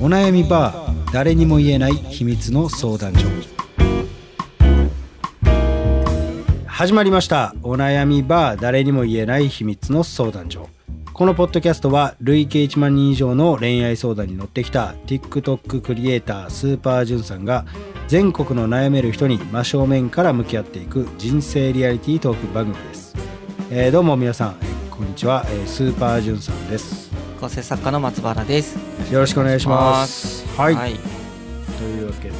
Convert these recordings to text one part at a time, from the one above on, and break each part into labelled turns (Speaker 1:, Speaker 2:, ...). Speaker 1: お悩みバー誰にも言えない秘密の相談所始まりましたお悩みバー誰にも言えない秘密の相談所このポッドキャストは累計1万人以上の恋愛相談に乗ってきた TikTok クリエイタースーパージュンさんが全国の悩める人に真正面から向き合っていく人生リアリティトーク番組です、えーどうも皆さんえーこんにちは、えースーパージュンさんです
Speaker 2: 構成作家の松原です。
Speaker 1: よろしくお願いしますはい、
Speaker 2: はい、
Speaker 1: というわけで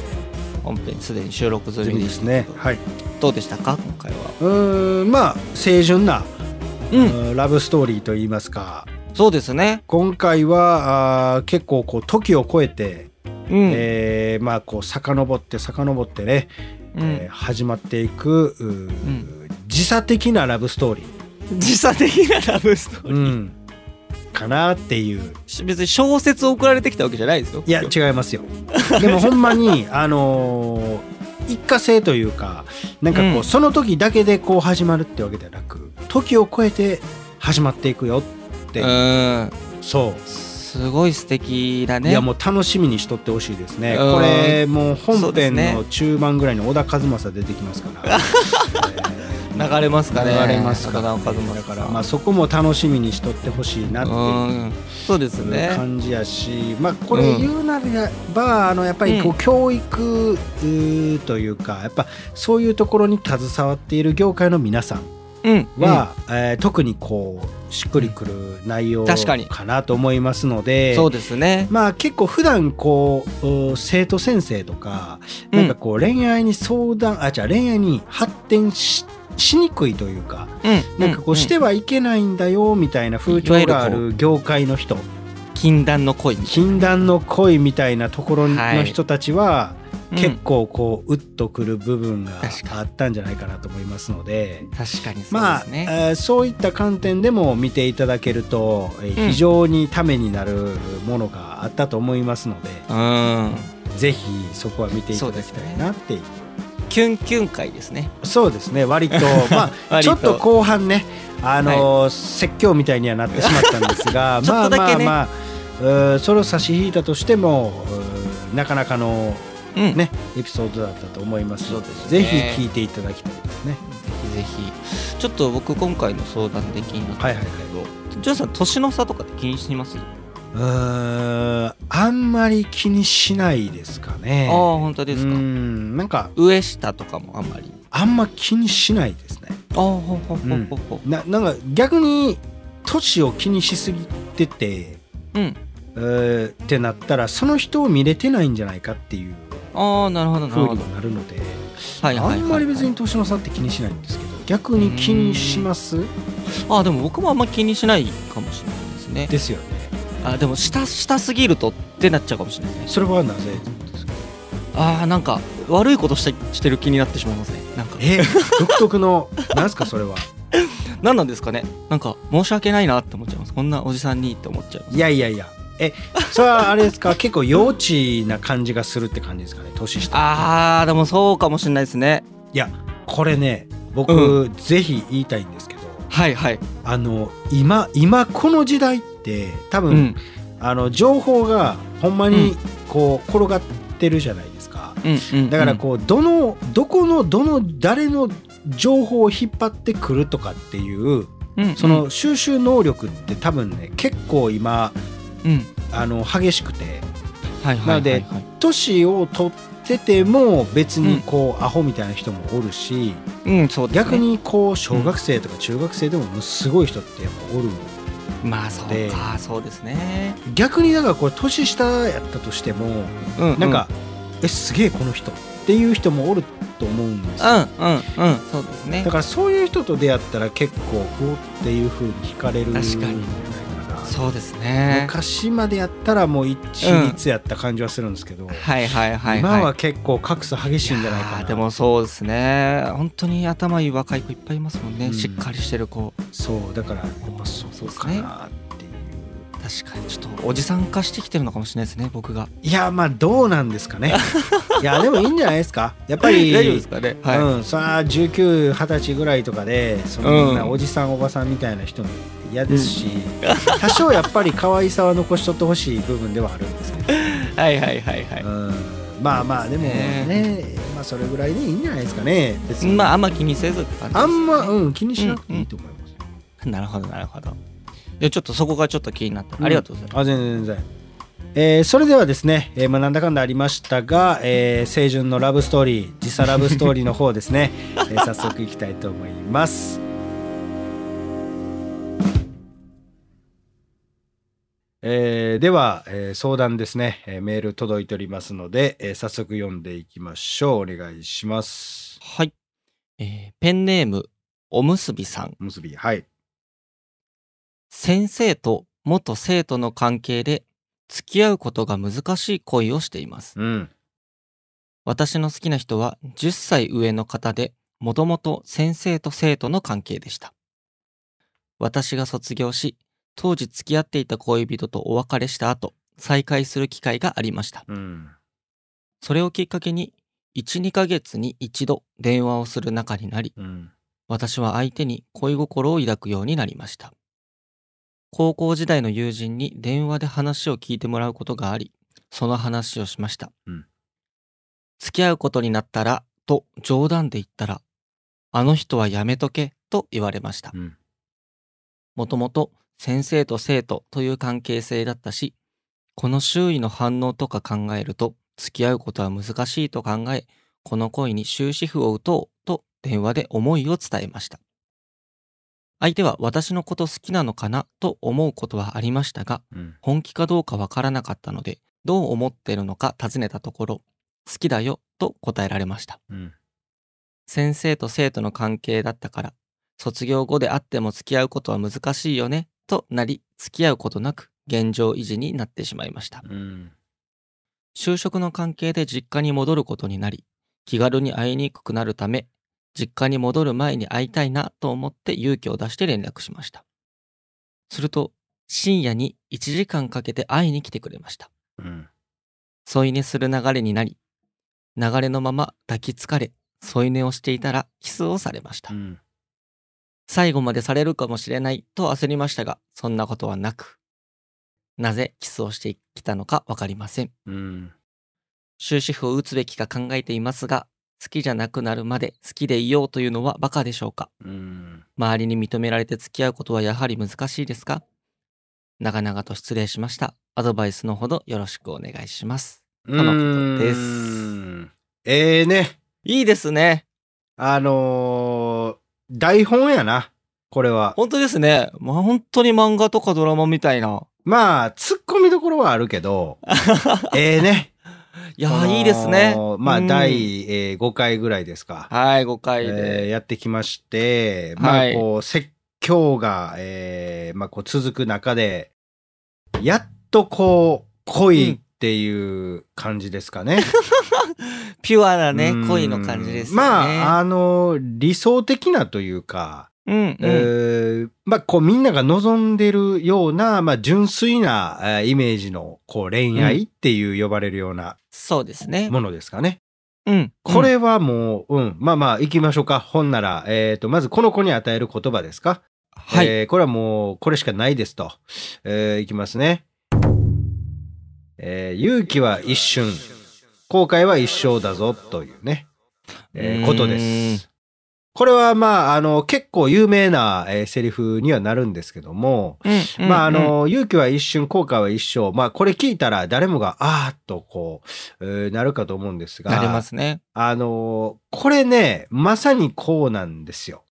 Speaker 2: 本編すでに収録済
Speaker 1: 準備
Speaker 2: みで
Speaker 1: ですす
Speaker 2: けど
Speaker 1: ねはい
Speaker 2: どうでしたか今回は。
Speaker 1: うーんまあ清純な、
Speaker 2: う
Speaker 1: うんラブストーリーといいますか
Speaker 2: そうですね。
Speaker 1: 今回はあー結構こう時を超えて、
Speaker 2: うん、
Speaker 1: えーまあこう遡って遡ってね、
Speaker 2: うん
Speaker 1: えー始まっていくうー
Speaker 2: ん
Speaker 1: 時差的なラブストーリ
Speaker 2: 時差的なラブストー
Speaker 1: ー、
Speaker 2: リー
Speaker 1: うん、かなっていう
Speaker 2: し。別に小説送られてきたわけじゃないですよ。
Speaker 1: いや
Speaker 2: 今
Speaker 1: 違いますよでもほんま にあのー一過性というかなんかこう、
Speaker 2: うん
Speaker 1: その時だけでこう始まるってわけではなく時を超えて始まっていくよっ
Speaker 2: 日
Speaker 1: て、
Speaker 2: うん、
Speaker 1: そう
Speaker 2: すごい素敵だね。
Speaker 1: いやもう楽しみにしとってほしいですね。
Speaker 2: うん
Speaker 1: これもう
Speaker 2: そ
Speaker 1: 本
Speaker 2: うです
Speaker 1: 編
Speaker 2: ね
Speaker 1: の中盤ぐらいに小田和正出てきますから。えー
Speaker 2: 流れますかね。
Speaker 1: 流れますから、
Speaker 2: 片岡和正
Speaker 1: だ
Speaker 2: さ
Speaker 1: か
Speaker 2: ん
Speaker 1: らまあそこも楽しみにしとってほしいなって
Speaker 2: うん、そうです
Speaker 1: い
Speaker 2: ね
Speaker 1: う。感じやし、まあこれ言うならばあのやっぱりこ
Speaker 2: う
Speaker 1: うん教育うーというかやっぱそういうところに携わっている業界の皆さん
Speaker 2: うん、
Speaker 1: は、えー特にこうしっくりくる内容
Speaker 2: 確かに
Speaker 1: かなと思いますの
Speaker 2: う
Speaker 1: で
Speaker 2: ん、そうですね。
Speaker 1: まあ結構普段こうお生徒先生とか
Speaker 2: うん
Speaker 1: なんかこう恋愛に相談あじゃあ恋愛に発展ししにくいというか
Speaker 2: うん、
Speaker 1: なんかこうしてはいけないんだよみたいな風潮がある業界の人
Speaker 2: 禁断の恋みたい
Speaker 1: 禁断の恋みたいなところの人たちは
Speaker 2: な
Speaker 1: 結構こううっとくる部分が
Speaker 2: 確かに
Speaker 1: あったんじゃないかなと思いますので。
Speaker 2: うん確かにそうで
Speaker 1: まあ
Speaker 2: すね。
Speaker 1: えーそういった観点でも見ていただけると、えー
Speaker 2: うん
Speaker 1: 非常にためになるものがあったと思いますので、
Speaker 2: うん、
Speaker 1: ぜひそこは見ていただきたいなっていう
Speaker 2: キュンキュン会ですね。
Speaker 1: そうですね 割とまあ
Speaker 2: 割
Speaker 1: ちょ
Speaker 2: と
Speaker 1: っと後半ねあの、説教みたいにはなってしまったんです が
Speaker 2: ちょっとだけね
Speaker 1: まあまあまあうーそれを差し引いたとしてもうーなかなかの
Speaker 2: うん、
Speaker 1: ねエピソードだったと思いますので
Speaker 2: そうですね
Speaker 1: ぜひ聞いていただきたいですね
Speaker 2: ぜひちょっと僕今回の相談で気になった
Speaker 1: はいはい
Speaker 2: ジョンさん年の差とかって気にします、
Speaker 1: うーんあんまり気にしないですかね
Speaker 2: ああ本当です
Speaker 1: うー
Speaker 2: か、
Speaker 1: んなんか
Speaker 2: 上下とかもあんまり
Speaker 1: あんま気にしないですね
Speaker 2: ああほうほうほうほうほ
Speaker 1: ななんか逆に年を気にしすぎてて
Speaker 2: ううん
Speaker 1: えーってなったらその人を見れてないんじゃないかっていう
Speaker 2: ああなるほどなる
Speaker 1: 風
Speaker 2: ほ
Speaker 1: に
Speaker 2: ど
Speaker 1: もなるので
Speaker 2: はいはいはい、は
Speaker 1: あ
Speaker 2: い、
Speaker 1: んまり別に年の差って気にしないんですけど逆に気にします
Speaker 2: ああでも僕もあんま気にしないかもしれないですね
Speaker 1: ですよね
Speaker 2: あでも下下すぎるとってなっちゃうかもしれないですね
Speaker 1: それはなぜですか
Speaker 2: ああなんか悪いことしてしてる気になってしまいますねなんか
Speaker 1: え独特のなんすかそれは
Speaker 2: 何なんですかねなんか申し訳ないなって思っちゃいますこんなおじさんにって思っちゃいます
Speaker 1: いやいやいやえそれはあれです か結構幼稚な感じがするって感じですかね年下
Speaker 2: ああでもそうかもしれないですね
Speaker 1: いやこれね僕、
Speaker 2: う
Speaker 1: ぜひ言いたいんですけど
Speaker 2: はいはい
Speaker 1: あの今今この時代って多分、
Speaker 2: うん
Speaker 1: あの情報がほんまにこう転がってるじゃないですか、
Speaker 2: うんうん、
Speaker 1: だからこうどのどこのどの誰の情報を引っ張ってくるとかっていう
Speaker 2: うん、うん
Speaker 1: その、収集能力って多分ね結構今
Speaker 2: うん、
Speaker 1: あの激しくて
Speaker 2: はいはいはいはい
Speaker 1: なので年を取ってても別にこうアホみたいな人もおるし
Speaker 2: うん、そうです、ね、
Speaker 1: 逆にこう小学生とか中学生でもすごい人ってやっぱおる
Speaker 2: まあそうかそうですね、
Speaker 1: 逆にだからこれ年下やったとしても
Speaker 2: うん、
Speaker 1: なんか、えすげえこの人っていう人もおると思うんです
Speaker 2: う
Speaker 1: よ
Speaker 2: んうんうんそうですね
Speaker 1: だからそういう人と出会ったら結構おっていう風に惹かれるんじゃ
Speaker 2: 確
Speaker 1: な
Speaker 2: か
Speaker 1: い
Speaker 2: に
Speaker 1: かな
Speaker 2: そうですね
Speaker 1: 昔までやったらもう一律やった感じはするんですけど、
Speaker 2: はいはいはい、はい、
Speaker 1: 今は結構格差激しいんじゃないか
Speaker 2: い
Speaker 1: な
Speaker 2: やーでもそうですね本当に頭いい若い子いっぱいいますもんね、
Speaker 1: うん
Speaker 2: しっかりしてる子
Speaker 1: そうだからやっぱそうかなっていう
Speaker 2: 確かにちょっとおじさん化してきてるのかもしれないですね僕が
Speaker 1: いやまあどうなんですかねいやでもいいんじゃないですかやっぱ り
Speaker 2: 大丈夫ですかねはい、
Speaker 1: うん、さあ19、20歳ぐらいとかでその
Speaker 2: うん
Speaker 1: みんなおじさん、おばさんみたいな人も 嫌ですし、多少やっぱり可愛さは残しとってほしい部分ではあるんですけど
Speaker 2: はいはいはいは
Speaker 1: うんまあまあでもねまあそれぐらいでいいんじゃないですかね別
Speaker 2: い。
Speaker 1: に
Speaker 2: まああんま気にせずって感じです、ね。
Speaker 1: あんま、うん、気にしなくていいと思います、
Speaker 2: なるほどなるほど。でちょっとそこがちょっと気になった。
Speaker 1: うん
Speaker 2: ありがとうございます。
Speaker 1: あ全然全然、えーそれではですね、えーまあ、なんだかんだありましたが、えー青春のラブストーリー時差ラブストーリーの方ですね、 えー早速いきたいと思いますえーでは、えー相談ですね、えーメール届いておりますので、えー早速読んでいきましょうお願いします
Speaker 2: はい、えーペンネームおむすびさん。
Speaker 1: おむすびはい
Speaker 2: 先生と元生徒の関係で付き合うことが難しい恋をしています。
Speaker 1: うん
Speaker 2: 私の好きな人は10歳上の方で、もともと先生と生徒の関係でした。私が卒業し、当時付き合っていた恋人とお別れした後、再会する機会がありました。
Speaker 1: うん
Speaker 2: それをきっかけに、1、2ヶ月に一度電話をする仲になり、
Speaker 1: うん
Speaker 2: 私は相手に恋心を抱くようになりました。高校時代の友人に電話で話を聞いてもらうことがあり、その話をしました。
Speaker 1: うん
Speaker 2: 付き合うことになったら、と冗談で言ったら、あの人はやめとけ、と言われました
Speaker 1: う。ん
Speaker 2: もともと先生と生徒という関係性だったし、この周囲の反応とか考えると、付き合うことは難しいと考え、この恋に終止符を打とうと電話で思いを伝えました。相手は私のこと好きなのかなと思うことはありましたが、
Speaker 1: うん
Speaker 2: 本気かどうかわからなかったので、どう思ってるのか尋ねたところ、好きだよと答えられました。
Speaker 1: うん
Speaker 2: 先生と生徒の関係だったから、卒業後であっても付き合うことは難しいよね、となり、付き合うことなく現状維持になってしまいました。
Speaker 1: うん
Speaker 2: 就職の関係で実家に戻ることになり、気軽に会いにくくなるため、実家に戻る前に会いたいなと思って勇気を出して連絡しました。すると、深夜に1時間かけて会いに来てくれました。
Speaker 1: うん
Speaker 2: 添い寝する流れになり、流れのまま抱きつかれ、添い寝をしていたらキスをされました
Speaker 1: う。ん
Speaker 2: 最後までされるかもしれないと焦りましたが、そんなことはなく、なぜキスをしてきたのかわかりません。
Speaker 1: うん
Speaker 2: 終止符を打つべきか考えていますが、好きじゃなくなるまで好きでいようというのはバカでしょうか
Speaker 1: うん
Speaker 2: 周りに認められて付き合うことはやはり難しいですか長々と失礼しました。アドバイスのほどよろしくお願いします。
Speaker 1: と
Speaker 2: のことです
Speaker 1: ええね、
Speaker 2: いいですね。
Speaker 1: あのー台本やな、これは。
Speaker 2: 本当ですね。まあ、本当に漫画とかドラマみたいな。
Speaker 1: まあ、突っ込みどころはあるけ ど、ええね。
Speaker 2: いや
Speaker 1: こ
Speaker 2: ー、
Speaker 1: の
Speaker 2: いいですね。
Speaker 1: まあ、
Speaker 2: うん
Speaker 1: 第、えー5回ぐらいですか。
Speaker 2: はい、5回
Speaker 1: えー
Speaker 2: で。
Speaker 1: やってきまして、ま
Speaker 2: は
Speaker 1: あ、
Speaker 2: い
Speaker 1: こう、説教が、えーまあ、こう、続く中で、やっとこう、恋っていう感じですかね。
Speaker 2: ピュアなね
Speaker 1: う、ん
Speaker 2: 恋の感じですよね。
Speaker 1: まあ、
Speaker 2: あ、
Speaker 1: あの、理想的なというか、
Speaker 2: うん、うん
Speaker 1: えーまあ、こう、みんなが望んでるような、まあ、純粋なえーイメージの、こう、恋愛っていう呼ばれるような
Speaker 2: そうですね。
Speaker 1: ものですかね。
Speaker 2: うん。
Speaker 1: これはもう、うん、まあまあ、行きましょうか。ほんなら、えっ、と、まずこの子に与える言葉ですか。
Speaker 2: はい、
Speaker 1: えーこれはもう、これしかないですと。えーいきますね。えー勇気は一瞬、後悔は一生だぞ、というね、えー
Speaker 2: うーん
Speaker 1: ことです。これはまあ、あの、結構有名な、えーセリフにはなるんですけども、
Speaker 2: うん
Speaker 1: まあ、あ、
Speaker 2: うん
Speaker 1: の、勇気は一瞬、後悔は一生。まあ、これ聞いたら誰もが、あーっとこう、えーなるかと思うんですが、
Speaker 2: なりますね。
Speaker 1: あのーこれね、まさにこうなんですよ。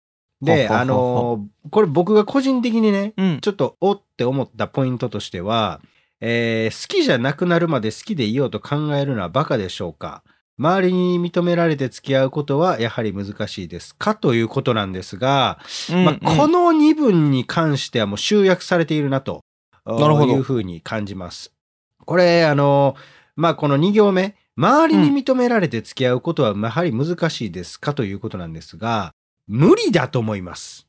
Speaker 1: で、
Speaker 2: ほうほうほうほう
Speaker 1: あのーこれ僕が個人的にね、
Speaker 2: うん。
Speaker 1: ちょっとおって思ったポイントとしては、えー好きじゃなくなるまで好きでいようと考えるのはバカでしょうか周りに認められて付き合うことはやはり難しいですかということなんですが、まあ、
Speaker 2: うんうん
Speaker 1: この2文に関してはもう集約されているなと
Speaker 2: るほど
Speaker 1: いうふうに感じます。これ、あの、まあ、この2行目、周りに認められて付き合うことはやはり難しいですかということなんですが、無理だと思います。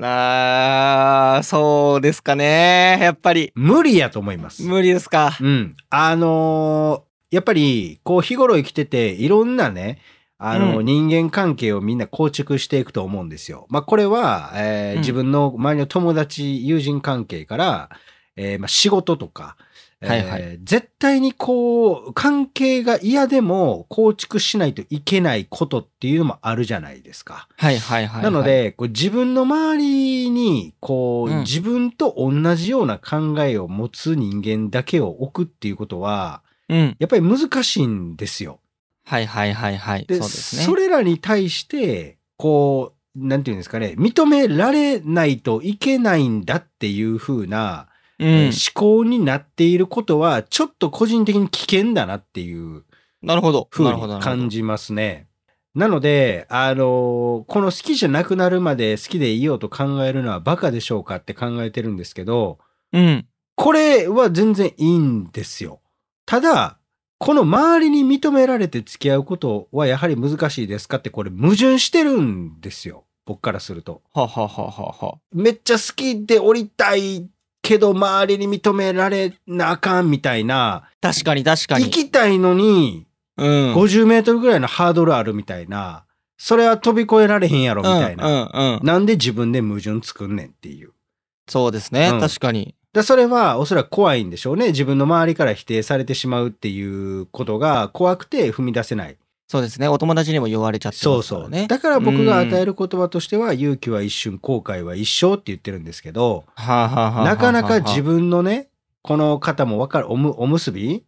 Speaker 2: あーそうですかね。やっぱり。
Speaker 1: 無理やと思います。
Speaker 2: 無理ですか。
Speaker 1: うん。あのーやっぱり、こう日頃生きてて、いろんなね、あの、
Speaker 2: うん
Speaker 1: 人間関係をみんな構築していくと思うんですよ。まあ、これは、えー
Speaker 2: うん
Speaker 1: 自分の周りの友達、友人関係から、えーまあ、仕事とか、えー
Speaker 2: はいは
Speaker 1: 絶対にこう関係が嫌でも構築しないといけないことっていうのもあるじゃないですか。
Speaker 2: はいはいはいはい。
Speaker 1: なの、でこう自分の周りにこう、
Speaker 2: うん
Speaker 1: 自分と同じような考えを持つ人間だけを置くっていうことは
Speaker 2: うん。
Speaker 1: やっぱり難しいんですよ。
Speaker 2: はいはいはいはい。そう
Speaker 1: で
Speaker 2: ですね。
Speaker 1: それらに対してこうなんていうんですかね認められないといけないんだっていう風な、
Speaker 2: うん
Speaker 1: 思。考になっていることはちょっと個人的に危険だなっていう
Speaker 2: なるほど。な
Speaker 1: 風
Speaker 2: るほ
Speaker 1: に
Speaker 2: ど。なるほ
Speaker 1: 感
Speaker 2: ど
Speaker 1: じますね。なので、あのこの好きじゃなくなるまで好きでいようと考えるのはバカでしょうかって考えてるんですけど、
Speaker 2: うん。
Speaker 1: これは全然いいんですよ。ただ、この周りに認められて付き合うことはやはり難しいですかってこれ矛盾してるんですよ。僕からすると。
Speaker 2: ははははは。
Speaker 1: めっちゃ好きでおりたいけど周りに認められなあかんみたいな、
Speaker 2: 確かに確かに。
Speaker 1: 行きたいのに
Speaker 2: うん。
Speaker 1: 50メートルぐらいのハードルあるみたいな、それは飛び越えられへんやろみたいな。
Speaker 2: うんうんうん。
Speaker 1: なんで自分で矛盾作んねんっていう。
Speaker 2: そうですね。
Speaker 1: うん
Speaker 2: 確かに。
Speaker 1: だそれはおそらく怖いんでしょうね。自分の周りから否定されてしまうっていうことが怖くて踏み出せない。
Speaker 2: そうですね。お友達にも言われちゃって
Speaker 1: そ
Speaker 2: ま
Speaker 1: う
Speaker 2: すか
Speaker 1: そ
Speaker 2: ら
Speaker 1: う。
Speaker 2: ね。
Speaker 1: だから僕が与える言葉としては、勇気は一瞬、後悔は一生って言ってるんですけど、
Speaker 2: はあはあはあはあはあ
Speaker 1: なかなか自。分のね、この方もわかる、おむ、おむすび、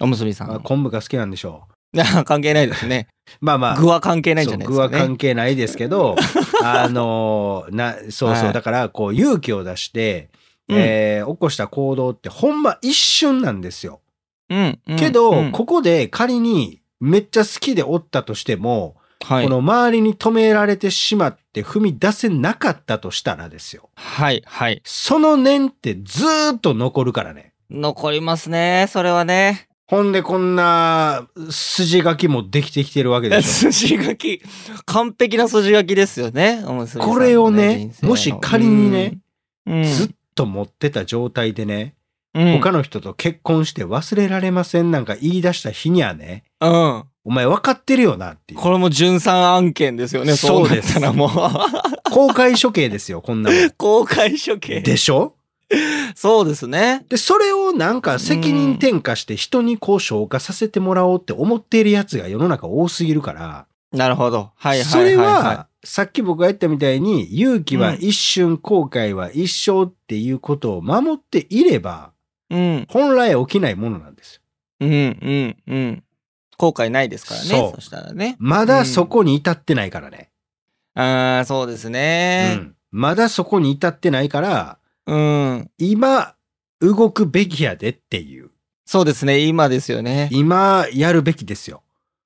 Speaker 2: おむすびさ
Speaker 1: あ
Speaker 2: ん。
Speaker 1: 昆布が好きなんでしょ
Speaker 2: 関係ないですね。
Speaker 1: う。まあまあ。
Speaker 2: 具は関係ないんじゃないです
Speaker 1: そう
Speaker 2: か
Speaker 1: 具
Speaker 2: ね。
Speaker 1: は関係ないですけ ど、あのな、そうそう、
Speaker 2: はい
Speaker 1: だから、こう、勇気を出して、
Speaker 2: うん
Speaker 1: えー起こした行動って、ほんま一瞬なんですよ。
Speaker 2: うんうん。
Speaker 1: けど、
Speaker 2: うん
Speaker 1: ここで仮に、めっちゃ好きでおったとしても、
Speaker 2: はい
Speaker 1: この周りに止められてしまって踏み出せなかったとしたらですよ。
Speaker 2: はいはい。
Speaker 1: その念ってずーっと残るからね。
Speaker 2: 残りますね。それはね。
Speaker 1: ほんでこんな筋書きもできてきてるわけでしょ。
Speaker 2: 筋書き。完璧な筋書きですよね。おむすびさんの
Speaker 1: これをね
Speaker 2: 人生の
Speaker 1: もし仮にね、
Speaker 2: うん
Speaker 1: ずっと持ってた状態でね、
Speaker 2: うん
Speaker 1: 他の人と結婚して忘れられませんなんか言い出した日にはね、
Speaker 2: うん。
Speaker 1: お前分かってるよなっていう。
Speaker 2: これも純算案件ですよね。
Speaker 1: そう
Speaker 2: そう
Speaker 1: で
Speaker 2: ですす。らもう
Speaker 1: 公開処刑ですよ、こん なの。
Speaker 2: 公開処刑。
Speaker 1: でしょ
Speaker 2: そうですね。
Speaker 1: で、それをなんか責任転嫁して人にこう消化させてもらおうって思っている奴が世の中多すぎるから、
Speaker 2: なるほど。はい
Speaker 1: そ
Speaker 2: はいはい、
Speaker 1: れ
Speaker 2: はい。
Speaker 1: は、さっき僕が言ったみたいに、勇気は
Speaker 2: うん
Speaker 1: 一瞬、後悔は一生っていうことを守っていれば、
Speaker 2: うん。
Speaker 1: 本来起きないものなんですよ。
Speaker 2: うんうんうん。後悔ないですからね。
Speaker 1: そう
Speaker 2: そしたらね。
Speaker 1: まだそこに至ってないからね。
Speaker 2: ああ、そうです
Speaker 1: う
Speaker 2: ね。
Speaker 1: ん。まだそこに至ってないから、
Speaker 2: うん。
Speaker 1: 今、動くべきやでっていう。
Speaker 2: そうですね。今ですよね。
Speaker 1: 今、やるべきですよ。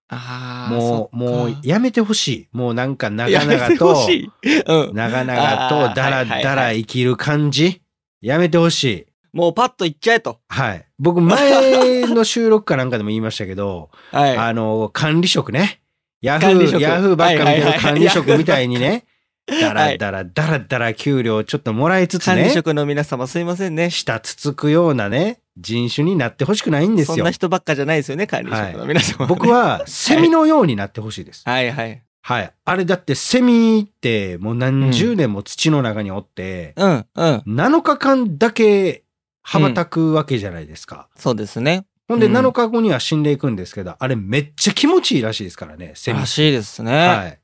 Speaker 2: ああ。
Speaker 1: もう、もう
Speaker 2: そっ、か
Speaker 1: やめてほしい。もうなんか、長
Speaker 2: やめ
Speaker 1: 々
Speaker 2: てほ
Speaker 1: と、
Speaker 2: しい。うん。
Speaker 1: 長々と、だら
Speaker 2: あーはいはいはい
Speaker 1: だら生きる感じ。やめてほしい。
Speaker 2: もうパッと行っちゃえと。
Speaker 1: はい。僕、前の収録かなんかでも言いましたけど、
Speaker 2: はい。
Speaker 1: あの、管理職ね。ヤフ
Speaker 2: 管理
Speaker 1: ー、
Speaker 2: 職
Speaker 1: ヤフーばっか見て
Speaker 2: はいはいは
Speaker 1: る
Speaker 2: い
Speaker 1: 管理職みたいにね、だ
Speaker 2: は
Speaker 1: ら
Speaker 2: い
Speaker 1: だらだらだら給料ちょっともらいつつ
Speaker 2: 管理
Speaker 1: ね、
Speaker 2: 職の皆様すいませんね。
Speaker 1: 下つつくようなね、人種になってほしくないんです
Speaker 2: そん
Speaker 1: よ
Speaker 2: な。人ばっかじゃないですよね、管理職の皆様、ね
Speaker 1: 僕。は、セミのようになってほしいです。
Speaker 2: はいはい。
Speaker 1: はい。あれだって、セミってもう何十年も土の中におって、
Speaker 2: うんうん。
Speaker 1: 7日間だけ羽ばたくわけじゃないですか。
Speaker 2: そうですね。
Speaker 1: ほんで
Speaker 2: うん
Speaker 1: 7日後には死んでいくんですけど、あれめっちゃ気持ちいいらしいですからね、セミ
Speaker 2: らしいですね。
Speaker 1: はい。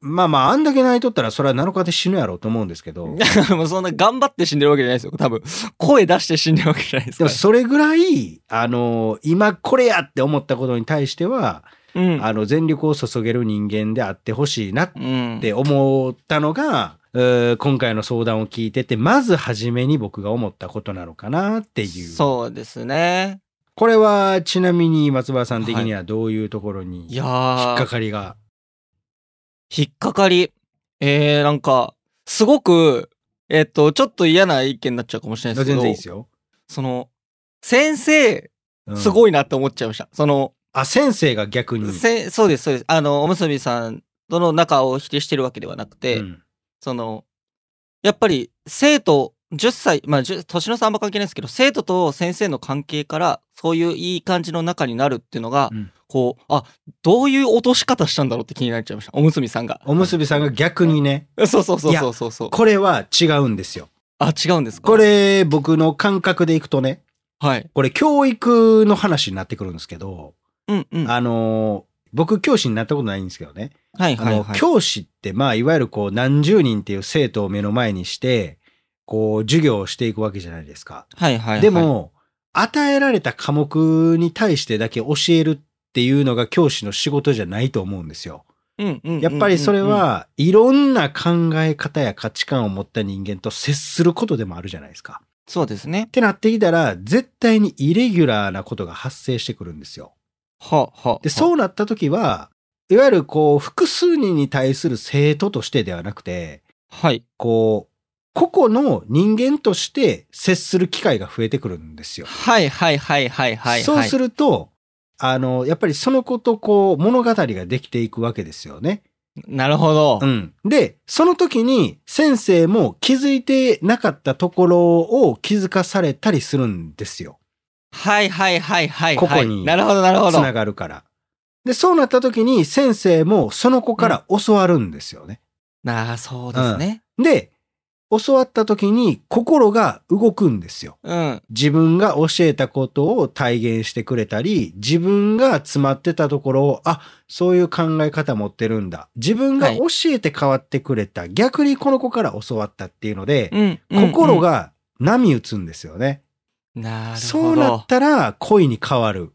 Speaker 1: まあまあ、あんだけ泣いとったら、それは7日で死ぬやろうと思うんですけど、
Speaker 2: もうそんな頑張って死んでるわけじゃないですよ。多分、声出して死んでるわけじゃないです
Speaker 1: で
Speaker 2: か
Speaker 1: も
Speaker 2: ら。
Speaker 1: それぐらい、あの、今これやって思ったことに対しては、
Speaker 2: うん。
Speaker 1: あの、全力を注げる人間であってほしいなっ
Speaker 2: うん。
Speaker 1: て思ったのが、うー今回の相談を聞いてて、まず初めに僕が思ったことなのかなっていう。
Speaker 2: そうですね。
Speaker 1: これは、ちなみに松原さん的にはどういうところに
Speaker 2: い
Speaker 1: 引っ
Speaker 2: や
Speaker 1: か
Speaker 2: ー、
Speaker 1: かりが。
Speaker 2: 引っかかり。えー、なんか、すごく、えっと、ちょっと嫌な意見になっちゃうかもしれないで
Speaker 1: 全
Speaker 2: すけど、
Speaker 1: 然いいですよ。
Speaker 2: その、先生、
Speaker 1: うん
Speaker 2: すごいなって思っちゃいました。その、
Speaker 1: あ、先生が逆に。
Speaker 2: せそうです、そうです。あの、おむすびさんとの仲を否定してるわけではなくて、
Speaker 1: うん
Speaker 2: その、やっぱり生徒、10歳、まあ、10年の差あんま関係ないですけど、生徒と先生の関係から、そういういい感じの仲になるっていうのが、
Speaker 1: うん
Speaker 2: こう、あ、どういう落とし方したんだろうって気になっちゃいました。おむすびさんが。
Speaker 1: おむすびさんが逆にね、
Speaker 2: そうそうそうそうそうそう。
Speaker 1: これは違うんですよ。
Speaker 2: あ、違うんですか
Speaker 1: こ。れ僕の感覚でいくとね、
Speaker 2: はい。
Speaker 1: これ教育の話になってくるんですけど、
Speaker 2: うんうん。は
Speaker 1: あのー僕教師になったことないんですけどね、
Speaker 2: い
Speaker 1: あ
Speaker 2: は
Speaker 1: の
Speaker 2: いはい。
Speaker 1: 教師ってまあいわゆるこう何十人っていう生徒を目の前にしてこう授業をしていくわけじゃないですか。
Speaker 2: はいはいはい。
Speaker 1: で、も与えられた科目に対してだけ教えるっていうのが教師の仕事じゃないと思うんですよ。
Speaker 2: うんうんうんうん
Speaker 1: やっぱりそれ、はいろんな考え方や価値観を持った人間と接することでもあるじゃないですか。
Speaker 2: そうですね
Speaker 1: っ。てなってきたら絶対にイレギュラーなことが発生してくるんですよ。
Speaker 2: はあはあ。
Speaker 1: で
Speaker 2: う
Speaker 1: そうなった時はいわゆるこう複数人に対する生徒としてではなくて
Speaker 2: はい。
Speaker 1: こう個々の人間として接する機会が増えてくるんですよ。
Speaker 2: はいはいはいはいはいはい。
Speaker 1: そうす
Speaker 2: る。
Speaker 1: るとあのやっぱりその子とこう物語ができていくわけですよね。
Speaker 2: なるほど
Speaker 1: う。ん、でその時に先生も気づいてなかったところを気づかされたりするんですよ。
Speaker 2: はいはいはいはいはい。
Speaker 1: ここに
Speaker 2: なるほどなるほ
Speaker 1: つ
Speaker 2: ど。
Speaker 1: ながるから。でそうなった時に先生もその子から教わるんですよね。
Speaker 2: なあ、そうですね。
Speaker 1: で、教わった時に心が動くんですよ。
Speaker 2: うん。
Speaker 1: 自分が教えたことを体現してくれたり、自分が詰まってたところを、あ、そういう考え方持ってるんだ。自分が
Speaker 2: はい
Speaker 1: 教えて変わってくれた。逆にこの子から教わったっていうので、
Speaker 2: うん。
Speaker 1: 心。が波打つんですよね。
Speaker 2: なるほど。
Speaker 1: そうなったら恋に変わる。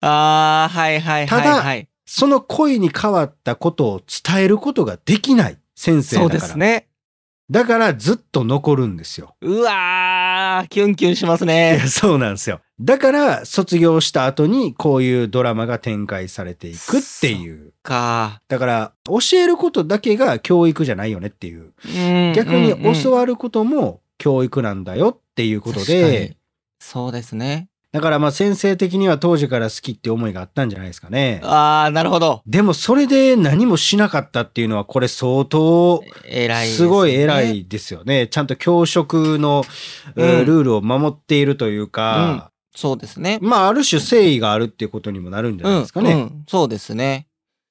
Speaker 2: ああ、はいはいはいはい。
Speaker 1: その恋に変わったことを伝えることができない先生
Speaker 2: そう
Speaker 1: だ
Speaker 2: で
Speaker 1: から。
Speaker 2: すね。
Speaker 1: だからずっと残るんですよ。
Speaker 2: うわー、キュンキュンします
Speaker 1: い
Speaker 2: ね。
Speaker 1: やそうなんですよ。だから、卒業した後にこういうドラマが展開されていくっていう。
Speaker 2: か。
Speaker 1: だから、教えることだけが教育じゃないよねっていう。
Speaker 2: うん
Speaker 1: 逆に教
Speaker 2: わ
Speaker 1: わることも教育なんだよっていうことで、。
Speaker 2: うんうん確かにそうですね。
Speaker 1: だからまあ先生的には当時から好きって思いがあったんじゃないですかね。
Speaker 2: ああ、なるほど。
Speaker 1: でもそれで何もしなかったっていうのはこれ相当
Speaker 2: 偉いですね。
Speaker 1: すごい偉いですよね。ちゃんと教職の、えー
Speaker 2: うん
Speaker 1: ルールを守っているというか、
Speaker 2: うんそうですね。
Speaker 1: まあ、ある種誠意があるっていうことにもなるんじゃないですか
Speaker 2: う
Speaker 1: ね。
Speaker 2: んうん、そうですね。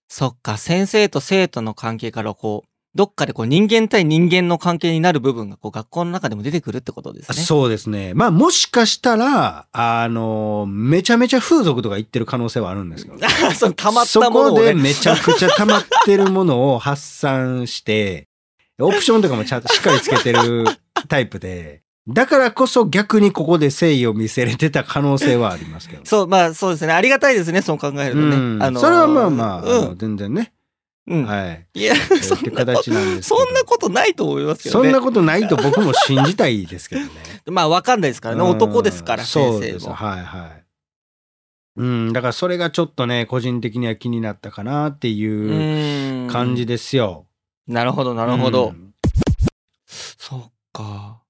Speaker 2: そっか、先生と生徒の関係からこう、どっかでこう人間対人間の関係になる部分がこう学校の中でも出てくるってことです
Speaker 1: あ
Speaker 2: ね。
Speaker 1: そうですね。まあ、もしかしたら、あの、めちゃめちゃ風俗とか行ってる可能性はあるんですけど、ね、
Speaker 2: う。 その溜まったもの
Speaker 1: そこ
Speaker 2: を
Speaker 1: で
Speaker 2: ね。
Speaker 1: めちゃくちゃ溜まってるものを発散して、オプションとかもちゃんとしっかりつけて るタイプで、だからこそ逆にここで誠意を見せれてた可能性はありますけど。
Speaker 2: そう、まあそうですね。ありがたいですね、そう考えるとね。
Speaker 1: うん
Speaker 2: あのー
Speaker 1: それはまあまあ、あ
Speaker 2: う
Speaker 1: の
Speaker 2: ん。
Speaker 1: 全然ね、
Speaker 2: うん
Speaker 1: はい。
Speaker 2: いや、 そ
Speaker 1: って
Speaker 2: んなこと
Speaker 1: 形なんですけ
Speaker 2: そ
Speaker 1: ど
Speaker 2: んなことないと思いますけど
Speaker 1: そ
Speaker 2: ね。
Speaker 1: んなことないと僕も信じたいですけどね。
Speaker 2: まあわかんないですからね。
Speaker 1: うん
Speaker 2: 男ですから、
Speaker 1: そ
Speaker 2: 先
Speaker 1: う
Speaker 2: 生
Speaker 1: です
Speaker 2: も。
Speaker 1: はいはい。うん、だからそれがちょっとね、個人的には気になったかなって
Speaker 2: う
Speaker 1: いう
Speaker 2: ーん
Speaker 1: 感じ。ですよ。
Speaker 2: なるほど、なるほど。
Speaker 1: うん
Speaker 2: そうか。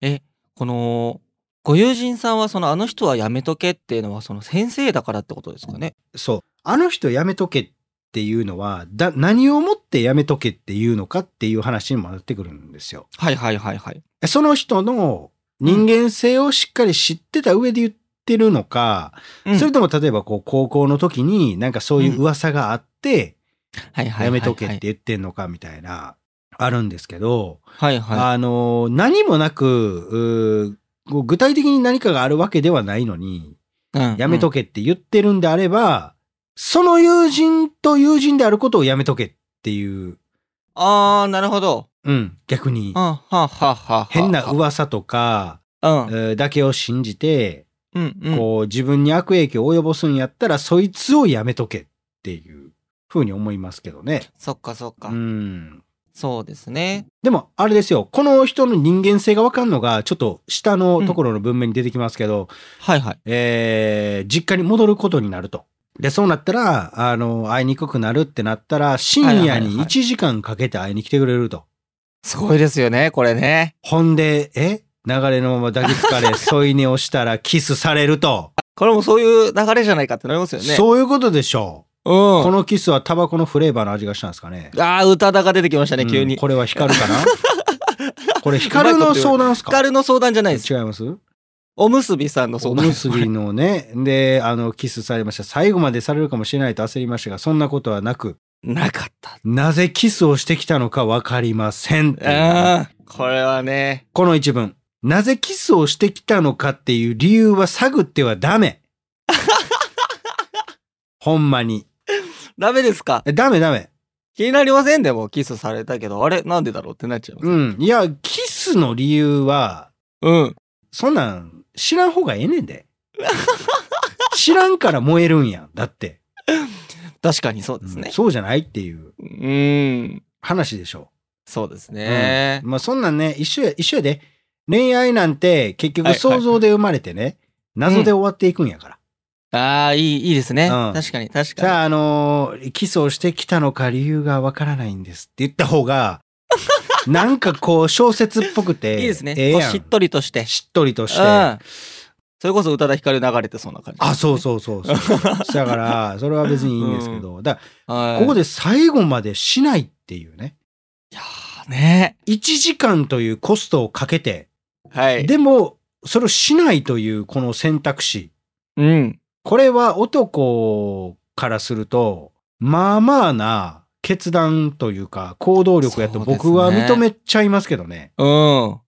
Speaker 2: え、この、ご友人さんは、その、あの人はやめとけっていうのは、その、先生だからってことですかね。
Speaker 1: そう。あの人やめとけっていうのは、だ、何をもってやめとけっていうのかっていう話にもなってくるんですよ。
Speaker 2: はいはいはいはい。
Speaker 1: その人の人間性をしっかり知ってた上で言ってるのか、
Speaker 2: うん
Speaker 1: それとも例えばこう高校の時になんかそういう噂があって、
Speaker 2: はいはいはいはい
Speaker 1: やめとけって。言ってんのかみたいな、あるんですけど、
Speaker 2: はいは
Speaker 1: あの、何もなく、うーこう具体的に何かがあるわけではないのに、
Speaker 2: い。うん
Speaker 1: やめとけって言ってるんであれば、その友人と友人であることをやめとけっていう、
Speaker 2: うんあー、なるほど。
Speaker 1: うん、逆に
Speaker 2: あ、はあはあはあ。
Speaker 1: 変な噂とか、
Speaker 2: うん。うん
Speaker 1: えーだけを信じて、
Speaker 2: うん。
Speaker 1: こう自分に悪影響を及ぼすんやったら、そいつをやめとけっていうふうに思いますけどね。
Speaker 2: そっかそっか
Speaker 1: う。ん。
Speaker 2: そうですね。
Speaker 1: でも、あれですよ。この人の人間性がわかんのが、ちょっと下のところの文面に出てきますけど、
Speaker 2: はいはい。
Speaker 1: えー、実家に戻ることになると。で、そうなったら、あの、会いにくくなるってなったら、深夜
Speaker 2: はいはい
Speaker 1: に
Speaker 2: はい
Speaker 1: 1時間かけて会いに来てくれると。
Speaker 2: すごいですよね、これね。
Speaker 1: ほんで、え流れのまま抱きつか れ、添い寝をしたらキスされると。
Speaker 2: これもそういう流れじゃないかってなりますよね。う。
Speaker 1: そういうことでしょう。
Speaker 2: うん。
Speaker 1: このキスはタバコのフレーバーの味がしたんですかね。
Speaker 2: あー、宇多田が出てきましたね、急
Speaker 1: うん
Speaker 2: に。
Speaker 1: これは光るか なこれ光の相談ですか
Speaker 2: 光の相談じゃないです。
Speaker 1: 違います
Speaker 2: おむすびさんの
Speaker 1: お
Speaker 2: 相談。
Speaker 1: むすびのね、で、あの、キスされました。最後までされるかもしれないと焦りましたが、そんなことはなく、
Speaker 2: なかった。
Speaker 1: なぜキスをしてきたのかわかりませんっていうね。
Speaker 2: ああ、これはね。
Speaker 1: この一文。なぜキスをしてきたのかっていう理由は探ってはダ メ。ほんまに。
Speaker 2: ダメですか
Speaker 1: えダメダメ。
Speaker 2: 気になりませんでもキスされたけど、あれなんでだろうってなっちゃいます。
Speaker 1: うん。いや、キスの理由は、
Speaker 2: うん。
Speaker 1: そんなん知らん方がええねん で。知らんから燃えるんやん。だって。
Speaker 2: 確かにそうです
Speaker 1: うん
Speaker 2: ね。
Speaker 1: そうじゃないっていう
Speaker 2: うーん。
Speaker 1: 話でしょ
Speaker 2: そうですね
Speaker 1: う。。まあそんなんね、一緒や、一緒やで。恋愛なんて結局
Speaker 2: はいはい
Speaker 1: 想像で生まれてね、謎で終わっていくんやから。
Speaker 2: ああ、いい、いいですね。
Speaker 1: うん
Speaker 2: 確かに、確
Speaker 1: じ
Speaker 2: かに。
Speaker 1: ゃあ、あのーキスをしてきたのか理由がわからないんですって言った方 が、なんかこう小説っぽくて、
Speaker 2: いいですね。
Speaker 1: ええ
Speaker 2: こう
Speaker 1: やん。
Speaker 2: しっとりとして。
Speaker 1: しっとりとして。
Speaker 2: うん。それこそ宇多田ヒカル流れてそうな感じ。
Speaker 1: あ、そうそうそうそう。だから、それは別にいいんですけど、だか
Speaker 2: は
Speaker 1: ら
Speaker 2: い。
Speaker 1: ここで最後までしないっていうね。
Speaker 2: いやーね。
Speaker 1: 1時間というコストをかけて、
Speaker 2: はい。
Speaker 1: でも、それをしないというこの選択肢。
Speaker 2: うん。
Speaker 1: これは男からすると、まあまあな決断というか行動力やと
Speaker 2: そうですね
Speaker 1: 僕は認めちゃいますけどね。
Speaker 2: うん。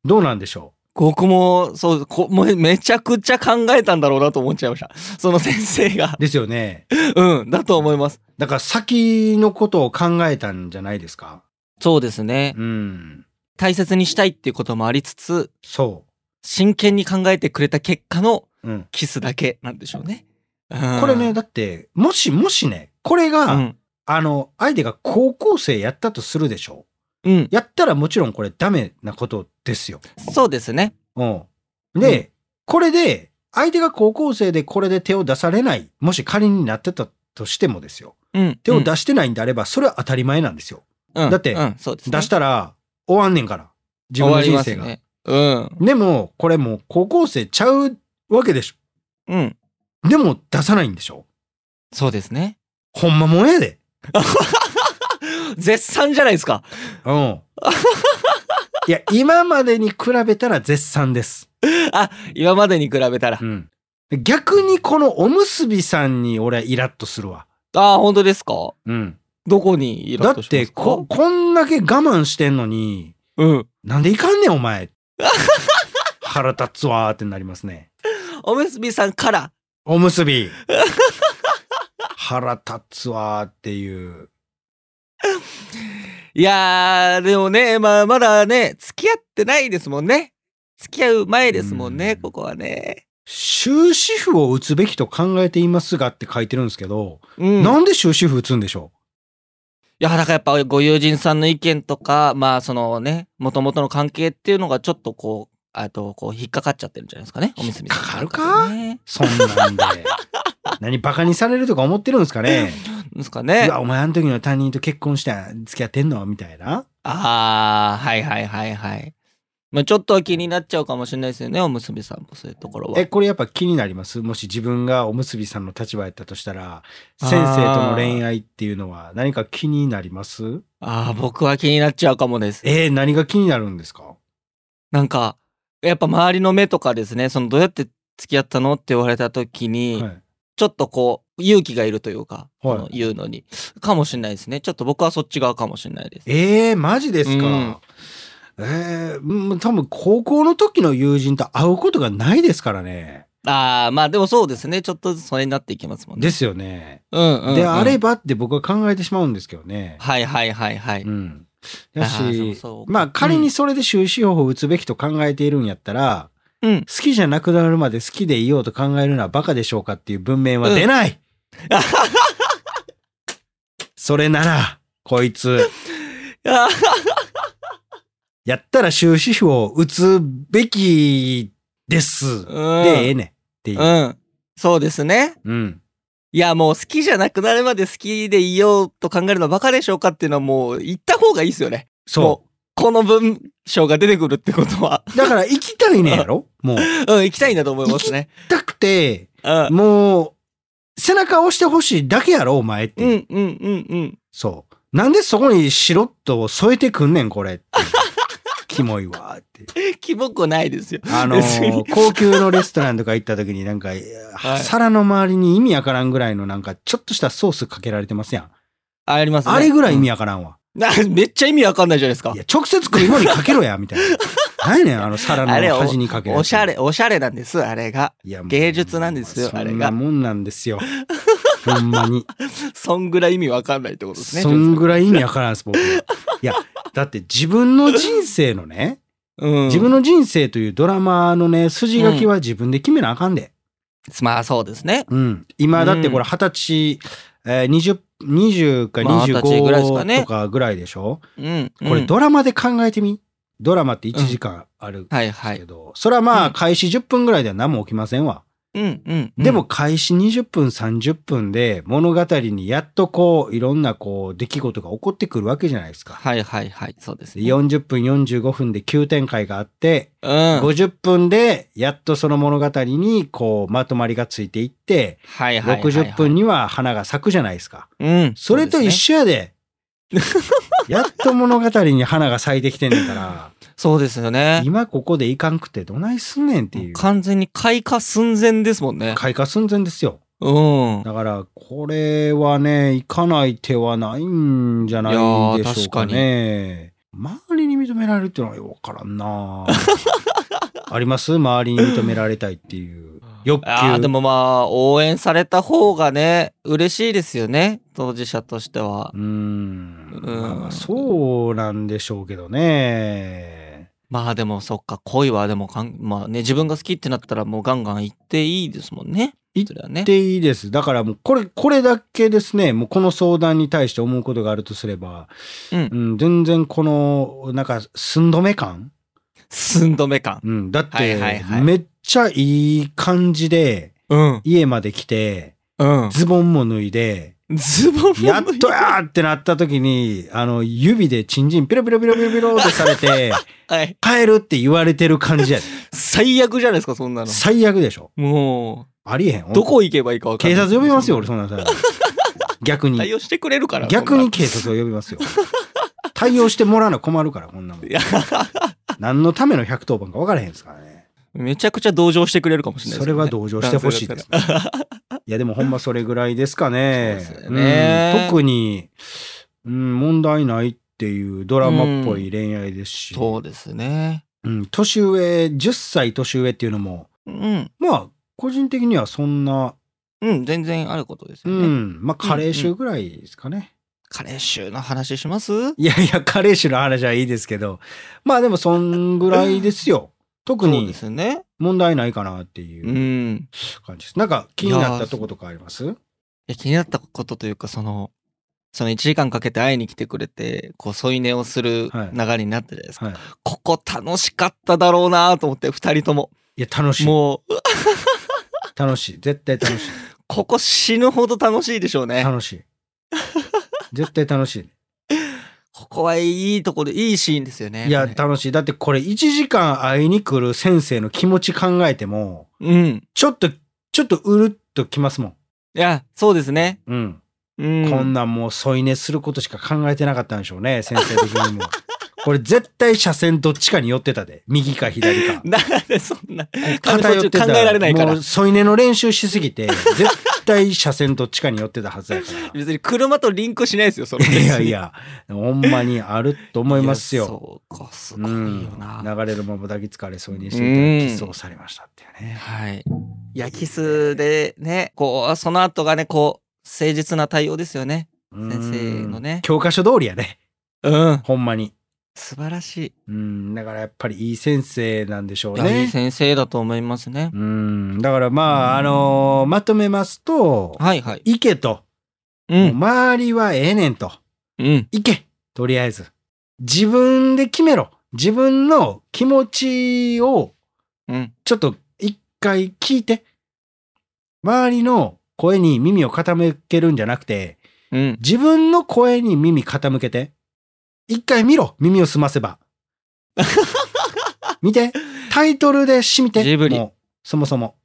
Speaker 1: どうなんでしょ
Speaker 2: 僕も、そう、こもうめちゃくちゃ考えたんだろうなと思っちゃいました。その先生が
Speaker 1: う。ですよね。
Speaker 2: うん、だと思います。
Speaker 1: だから先のことを考えたんじゃないですか。
Speaker 2: そうですね。
Speaker 1: うん。
Speaker 2: 大切にしたいっていうこともありつつ、
Speaker 1: そ
Speaker 2: 真剣に考えてくれた結果の
Speaker 1: う。うん。
Speaker 2: キスだけなんでしょうね。
Speaker 1: これね、、だって、もしもしね、これが、
Speaker 2: うん。
Speaker 1: あの、相手が高校生やったとするでしょ
Speaker 2: うん。
Speaker 1: やったらもちろんこれダメなことですよ。
Speaker 2: そうですね。
Speaker 1: うん。で、これで、相手が高校生でこれで手を出されない、もし仮になってたとしてもですよ。
Speaker 2: うん。
Speaker 1: 手を出してないんであれば、それは当たり前なんですよ。
Speaker 2: うん、
Speaker 1: だって
Speaker 2: うん、そうですね、
Speaker 1: 出したら、終わんねんから。自分の人生が。
Speaker 2: 終わりますね。
Speaker 1: でも、これもう高校生ちゃうわけでし
Speaker 2: うん。うん。
Speaker 1: ょ。でも、出さないんでしょ。
Speaker 2: そうです ね。
Speaker 1: ほんまもんやで。
Speaker 2: 絶賛じゃないですか。
Speaker 1: うん。いや、今までに比べたら絶賛です。
Speaker 2: あ、今までに比べたら。
Speaker 1: うん。逆にこのおむすびさんに俺はイラッとするわ。
Speaker 2: あー、本当ですか
Speaker 1: うん。
Speaker 2: どこにイラ
Speaker 1: だ
Speaker 2: ッと
Speaker 1: っ
Speaker 2: しま
Speaker 1: て
Speaker 2: すか
Speaker 1: こ、こんだけ我慢してんのに、
Speaker 2: うん。
Speaker 1: なんでいかんねんお 前。腹立つわーってなりますね。
Speaker 2: おむすびさんから。
Speaker 1: おむす び。腹立つわーっていう。
Speaker 2: いやー、でもね、まあ、まだね、付き合ってないですもんね。付き合う前ですもんね、
Speaker 1: うん
Speaker 2: ここはね。
Speaker 1: 終止符を打つべきと考えていますがって書いてるんですけど、
Speaker 2: うん。い
Speaker 1: なんで終止符打つんでしょ
Speaker 2: や、だからやっぱご友人さんの意見とか、まあ、そのね、もともとの関係っていうのがちょっとこう、あと、こう、引っかかっちゃってるんじゃないですかね、おむすびさんの中でね。
Speaker 1: うそんなんで。 何バカにされるとか思ってるんですかね
Speaker 2: ですか
Speaker 1: う
Speaker 2: ね。
Speaker 1: わ、お前あの時の担任と結婚して付き合ってんのみたいな。
Speaker 2: あー、はいはいはいはい。まあ、ちょっとは気になっちゃうかもしれないですよね、おむすびさんもそういうところは。
Speaker 1: え、これやっぱ気になりますもし自分がおむすびさんの立場やったとしたら、先生との恋愛っていうのは何か気になります
Speaker 2: ああ、僕は気になっちゃうかもです。
Speaker 1: えー何が気になるんですか
Speaker 2: なんか、やっぱ周りの目とかですね、そのどうやって付き合ったのって言われた時に、
Speaker 1: はい
Speaker 2: ちょっとこう、勇気がいるというか、
Speaker 1: はい
Speaker 2: その言うのに、かもしれないですね。ちょっと僕はそっち側かもしれないです。
Speaker 1: えー、マジですか、
Speaker 2: うん
Speaker 1: えーうん多分高校の時の友人と会うことがないですからね。
Speaker 2: ああ、まあでもそうですね、ちょっとずつそれになっていきますもんね。
Speaker 1: ですよね。
Speaker 2: うんうん、うん。
Speaker 1: であればって僕は考えてしまうんですけどね。
Speaker 2: はいはいはいはい。
Speaker 1: うん。だ
Speaker 2: あーそう
Speaker 1: し
Speaker 2: そう、
Speaker 1: まあ仮にそれで終止符を打つべきと考えているんやったら、
Speaker 2: うん。
Speaker 1: 好きじゃなくなるまで好きでいようと考えるのはバカでしょうかっていう文面は出 ない、それなら、こいつ、
Speaker 2: あ
Speaker 1: やったら終止符を打つべきです。で、
Speaker 2: ー
Speaker 1: ええねんっていうう。
Speaker 2: ん。うん。そうですね。
Speaker 1: うん。
Speaker 2: いや、もう好きじゃなくなるまで好きでいようと考えるのはバカでしょうかっていうのはもう言った方がいいですよね。
Speaker 1: そ
Speaker 2: もうこの文章が出てくるってことは、
Speaker 1: う。だから行きたいねんやろもう。行
Speaker 2: うん、行きたいんだと思いますね。
Speaker 1: きたくて、
Speaker 2: うん、
Speaker 1: もう、背中を押してほしいだけやろお前って
Speaker 2: う
Speaker 1: いう。
Speaker 2: ん、うん、うん、うん。
Speaker 1: そう。なんでそこにしろっと添えてくんねん、これっていう。キモいわーって。
Speaker 2: キモくないですよ。
Speaker 1: あの
Speaker 2: 別に
Speaker 1: ー、高級のレストランとか行った時になんか、
Speaker 2: い
Speaker 1: 皿の周りに意味わからんぐらいのなんか、ちょっとしたソースかけられてますやん。
Speaker 2: ありますね。
Speaker 1: あれぐらい意味わからんわ。
Speaker 2: うんなめっちゃ意味わかんないじゃないですか
Speaker 1: い。や、直接食い物にかけろや、みたいな。 何やねん、あの皿
Speaker 2: あれ
Speaker 1: の
Speaker 2: お
Speaker 1: 端にかけるやつ
Speaker 2: おしゃれ、おしゃれなんです、あれが。
Speaker 1: いやもう
Speaker 2: 芸術なんですよ
Speaker 1: そ
Speaker 2: あれ
Speaker 1: んな
Speaker 2: が
Speaker 1: もんなんです よ。ほんまに。
Speaker 2: そんぐらい意味わかんないってことですね。
Speaker 1: そんぐらい意味わからんです、僕。いや、だって自分の人生のね、
Speaker 2: うん、
Speaker 1: 自分の人生というドラマのね、筋書きは自分で決めなあかんで。
Speaker 2: まあそうですね。
Speaker 1: うん。今だってこれ二十歳、えー、20、20か
Speaker 2: まあ二十歳ぐらいですかね
Speaker 1: 25とかぐらいでしょ、
Speaker 2: うん。
Speaker 1: こ
Speaker 2: う
Speaker 1: れ
Speaker 2: ん
Speaker 1: ドラマで考えてみ。ドラマって1時間あるんで
Speaker 2: はい
Speaker 1: す
Speaker 2: は
Speaker 1: け
Speaker 2: い。
Speaker 1: ど、それはま
Speaker 2: う
Speaker 1: あ
Speaker 2: ん
Speaker 1: 開始10分ぐらいでは何も起きませんわ。
Speaker 2: うんうん。
Speaker 1: でも、開始20分30分で物語にやっとこういろんなこう出来事が起こってくるわけじゃないですか。
Speaker 2: はいはいはい。そうです
Speaker 1: で
Speaker 2: ね。
Speaker 1: 40分45分で急展開があって、
Speaker 2: うん。はい
Speaker 1: 50分でやっとその物語にこうまとまりがついていって、
Speaker 2: はいはいはい。
Speaker 1: 60分には花が咲くじゃないですか。
Speaker 2: うん。
Speaker 1: それと一緒やで。 やっと物語に花が咲いてきてんねんか
Speaker 2: そうですよ
Speaker 1: ら、
Speaker 2: ね。
Speaker 1: 今ここでいかんくてどないすんねんっていう。
Speaker 2: 完全に開花寸前ですもんね。
Speaker 1: 開花寸前ですよ。
Speaker 2: うん。
Speaker 1: だから、これはね、行かない手はないんじゃないでしょうかね。周りに認められるっていうのはよくわからん なあります周りに認められたいっていう欲求。
Speaker 2: あーでもまあ応援された方がね嬉しいですよね当事者としては
Speaker 1: うーん。
Speaker 2: うん
Speaker 1: まあまあそうなんでしょうけどね。
Speaker 2: まあでもそっか恋はでもかんまあね自分が好きってなったらもうガンガン行っていいですもんね
Speaker 1: 行
Speaker 2: それはね
Speaker 1: っていいです。だからもう、これ、これだけですね、もうこの相談に対して思うことがあるとすれば、
Speaker 2: うん
Speaker 1: うん、全然この、なんか、寸止め感
Speaker 2: 寸止め感
Speaker 1: うん、だっ
Speaker 2: はい
Speaker 1: て
Speaker 2: はいはい、
Speaker 1: めっちゃいい感じで、
Speaker 2: うん
Speaker 1: 家まで来て、
Speaker 2: うん
Speaker 1: ズボンも脱い で、
Speaker 2: ズボンも
Speaker 1: やっとやーってなった時に、あの、指でチンチンピロピロピロピロピロってされ て、
Speaker 2: はい
Speaker 1: 帰るって言われてる感じ やで。
Speaker 2: 最悪じゃないですかそんなの
Speaker 1: 最悪でしょ。
Speaker 2: も
Speaker 1: ありえへん。
Speaker 2: うどこ行けばいいか分かん
Speaker 1: 警
Speaker 2: ない
Speaker 1: 察呼びますよ、俺、そんなんさ。逆 に。
Speaker 2: 対応してくれるから
Speaker 1: 逆に
Speaker 2: そん
Speaker 1: 警察を呼び ますよ。対応してもらうの困るから、こんなもん
Speaker 2: ない。や
Speaker 1: 何のための110番か分からへんですからね。
Speaker 2: めちゃくちゃ同情してくれるかもしれないで
Speaker 1: そ
Speaker 2: す
Speaker 1: れ
Speaker 2: よね
Speaker 1: は同情してほしいですね。いや、でもほんまそれぐらいですかね。
Speaker 2: そうですよね
Speaker 1: うん特に、うん、問題ないっていうドラマっぽい恋愛ですし、
Speaker 2: そうですね
Speaker 1: うん年上、10歳年上っていうのも、
Speaker 2: うん
Speaker 1: まあ、個人的にはそんな、
Speaker 2: うん全然あることです
Speaker 1: う
Speaker 2: よね、
Speaker 1: ん、まあ、加齢臭ぐらいですかね。
Speaker 2: カレー臭の話します
Speaker 1: いやいや、加齢臭の話はいいですけど、まあでもそんぐらいですよ。特
Speaker 2: そうで
Speaker 1: に
Speaker 2: すね。。
Speaker 1: 問題ないかなっていううん感じです。なんか気になったとことかあります
Speaker 2: いや気になったことというか、その、その1時間かけて会いに来てくれて、こう、添い寝をする
Speaker 1: はい
Speaker 2: 流れになったじゃないですか。
Speaker 1: はい。
Speaker 2: ここ楽しかっただろうなと思って、2人とも。
Speaker 1: いや、楽しい。
Speaker 2: もう、うわ
Speaker 1: 楽しい。絶対楽 しい。
Speaker 2: ここ死ぬほど楽しいでしょうね。
Speaker 1: 楽しい。 絶対楽し
Speaker 2: ここはいいとこで、いいシーンですよね。
Speaker 1: い。いや、
Speaker 2: これ
Speaker 1: 楽しい。だってこれ1時間会いに来る先生の気持ち考えても、
Speaker 2: うん。
Speaker 1: ちょっと、ちょっとうるっときますもん。
Speaker 2: いや、そうですね。
Speaker 1: うん。
Speaker 2: うん。
Speaker 1: こんなんもう添い寝することしか考えてなかったんでしょうね、先生的にも。 これ絶対車線どっちかに寄ってたで。右か左 か。
Speaker 2: なんでそんな、
Speaker 1: 偏ってた
Speaker 2: 考えられないから
Speaker 1: もう添い寝の練習しすぎて、絶対車線どっちかに寄ってたはずやか ら。
Speaker 2: 別に車とリンクしないですよ、その
Speaker 1: いやいや、ほんまにあると思います
Speaker 2: いや
Speaker 1: よ。
Speaker 2: そうか、す
Speaker 1: う
Speaker 2: ごいよ
Speaker 1: ん
Speaker 2: な。
Speaker 1: 流れるまま抱きつかれそうにしていた
Speaker 2: うん
Speaker 1: らキスをされましたっていうね。
Speaker 2: はい。いや、キスでね、こう、その後がね、こう、誠実な対応ですよね。
Speaker 1: うん
Speaker 2: 先生のね
Speaker 1: 教科書通りやね。
Speaker 2: うん。
Speaker 1: ほんまに。
Speaker 2: 素晴らしい。
Speaker 1: うん、だからやっぱりいい先生なんでしょう
Speaker 2: いやいい
Speaker 1: ね。
Speaker 2: 先生だと思いますね。
Speaker 1: うん、だからまあ、あのーまとめますと、
Speaker 2: はいはい。
Speaker 1: 行けと、
Speaker 2: う。
Speaker 1: もうん周りはええねんと。
Speaker 2: うん。
Speaker 1: 行けとりあえず。自分で決めろ自分の気持ちを
Speaker 2: うん。
Speaker 1: ちょっと一回聞いて。周りの声に耳を傾けるんじゃなくて、
Speaker 2: うん。
Speaker 1: 自分の声に耳傾けて。一回見ろ耳を澄ませ ば。見てタイトルでしみて。
Speaker 2: ジブリ
Speaker 1: もうそもそも。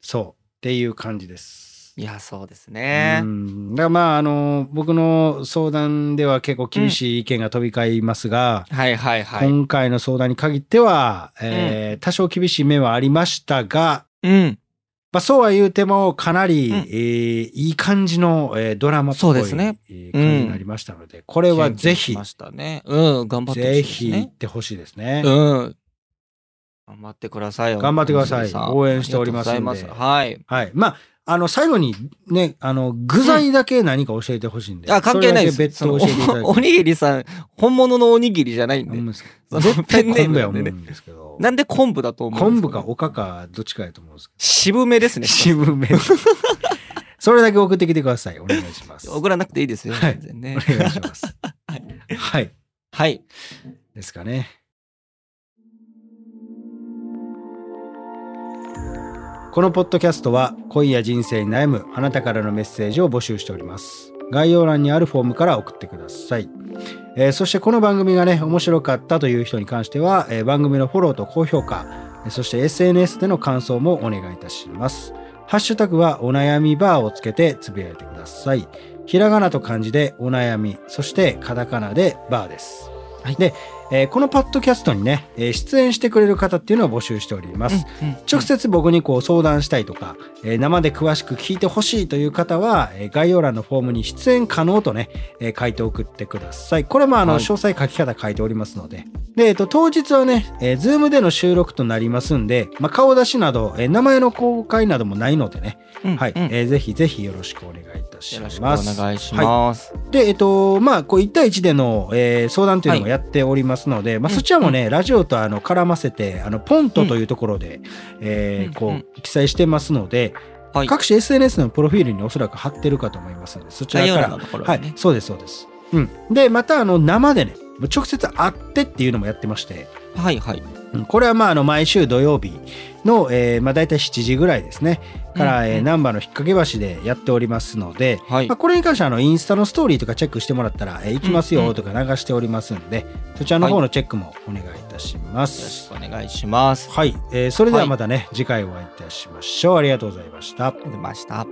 Speaker 1: そう。っていう感じです。
Speaker 2: いや、そうですね
Speaker 1: う。んだからまあ、あの、僕の相談では結構厳しい意見が飛び交いますが、
Speaker 2: はいはいはい。
Speaker 1: 今回の相談に限っては、えー多少厳しい面はありましたが、
Speaker 2: うん。
Speaker 1: まあ、そうは言うても、かなり、
Speaker 2: うん
Speaker 1: えーいい感じの、えードラマっぽい
Speaker 2: そうですね
Speaker 1: えー感じになりましたので、これはぜ
Speaker 2: 謙虚し
Speaker 1: ひ
Speaker 2: ま、したね。うん。頑張ってほしい
Speaker 1: ぜ
Speaker 2: です
Speaker 1: ひ
Speaker 2: ね
Speaker 1: 行ってほしいですね。
Speaker 2: うん。頑張ってください。
Speaker 1: 頑張ってください
Speaker 2: 水木ん
Speaker 1: 応援しておりますんで
Speaker 2: ありがとうございますはい。
Speaker 1: はい。まあ、あの、最後にね、あの、具材だけ何か教えてほしいんで。
Speaker 2: あ、関係ないで
Speaker 1: それだけ別
Speaker 2: す。
Speaker 1: 途教えていただ
Speaker 2: そ
Speaker 1: い
Speaker 2: の
Speaker 1: て。
Speaker 2: おおにぎりさん、本物のおにぎりじゃないん
Speaker 1: 思うん
Speaker 2: で。
Speaker 1: ですけ
Speaker 2: そ
Speaker 1: ど
Speaker 2: の
Speaker 1: 絶対
Speaker 2: ペンネー
Speaker 1: 昆布
Speaker 2: ムな
Speaker 1: や
Speaker 2: ん
Speaker 1: 思
Speaker 2: で
Speaker 1: う
Speaker 2: ね
Speaker 1: んですけど。
Speaker 2: なんで昆布だと思う
Speaker 1: 昆
Speaker 2: んです
Speaker 1: 布かおかか、どっちかやと思うんですけ
Speaker 2: 渋めですね。
Speaker 1: ど。渋 め。それだけ送ってきてください。お願いし ます。お
Speaker 2: 送らなくていいですよ。
Speaker 1: はい
Speaker 2: 全然ね。
Speaker 1: 願いし ます。はい。
Speaker 2: はい。
Speaker 1: ですかね。このポッドキャストは恋や人生に悩むあなたからのメッセージを募集しております。概要欄にあるフォームから送ってください。えーそしてこの番組がね、面白かったという人に関しては、えー番組のフォローと高評価、えーそして SNS での感想もお願いいたします。ハッシュタグはお悩みバーをつけてつぶやいてください。ひらがなと漢字でお悩み、そしてカタカナでバーです。
Speaker 2: はい
Speaker 1: で、えーこのパッドキャストにね、えー出演してくれる方っていうのを募集しております。
Speaker 2: うんうん
Speaker 1: 直接僕にこう相談したいとか、えー生で詳しく聞いてほしいという方は、えー概要欄のフォームに出演可能とね、えー書いて送ってください。これもあの、
Speaker 2: はい
Speaker 1: 詳細書き方書いておりますので。で、えっと、当日はね、えー、ズームでの収録となりますんで、まあ、顔出しなど、えー名前の公開などもないのでね、
Speaker 2: うん
Speaker 1: はい、
Speaker 2: うん
Speaker 1: えーぜひぜひよろしくお願いいたし
Speaker 2: よ
Speaker 1: ま
Speaker 2: ろ
Speaker 1: す。
Speaker 2: しくお願いします。
Speaker 1: で、えっと、まあ、こう、1対1での、えー相談というのもやっておりますので、まあ、
Speaker 2: うん
Speaker 1: そちらもね、ラジオとあの絡ませて、あの、ポントというところで、えー
Speaker 2: うん
Speaker 1: こう、
Speaker 2: うん
Speaker 1: 記載してますので、
Speaker 2: はい。
Speaker 1: 各種 SNS のプロフィールにおそらく貼ってるかと思いますので、そちら
Speaker 2: 概要
Speaker 1: か
Speaker 2: 欄
Speaker 1: ら
Speaker 2: の、ところ
Speaker 1: は
Speaker 2: に
Speaker 1: い
Speaker 2: ね、。
Speaker 1: そうです、そうです。うん。で、また、あの、生でね、直接会ってっていうのもやってまして、
Speaker 2: はいはい。
Speaker 1: うんこれはまああの毎週土曜日の、えーまあ、大体7時ぐらいですねから、
Speaker 2: うん
Speaker 1: えー
Speaker 2: うん
Speaker 1: 難波の引っ掛け橋でやっておりますので、
Speaker 2: はい
Speaker 1: まあ、これに関してはあのインスタのストーリーとかチェックしてもらったら、えー行きます
Speaker 2: うんう
Speaker 1: よ
Speaker 2: ん
Speaker 1: とか流しておりますんで、そちらの方のチェックもお願いいたしま
Speaker 2: よろし
Speaker 1: す。
Speaker 2: くお願いします。あ
Speaker 1: はい、えーそれでは
Speaker 2: はい
Speaker 1: またね、次回お会いいたしましょう。ありがとうございました。
Speaker 2: りがとうございました。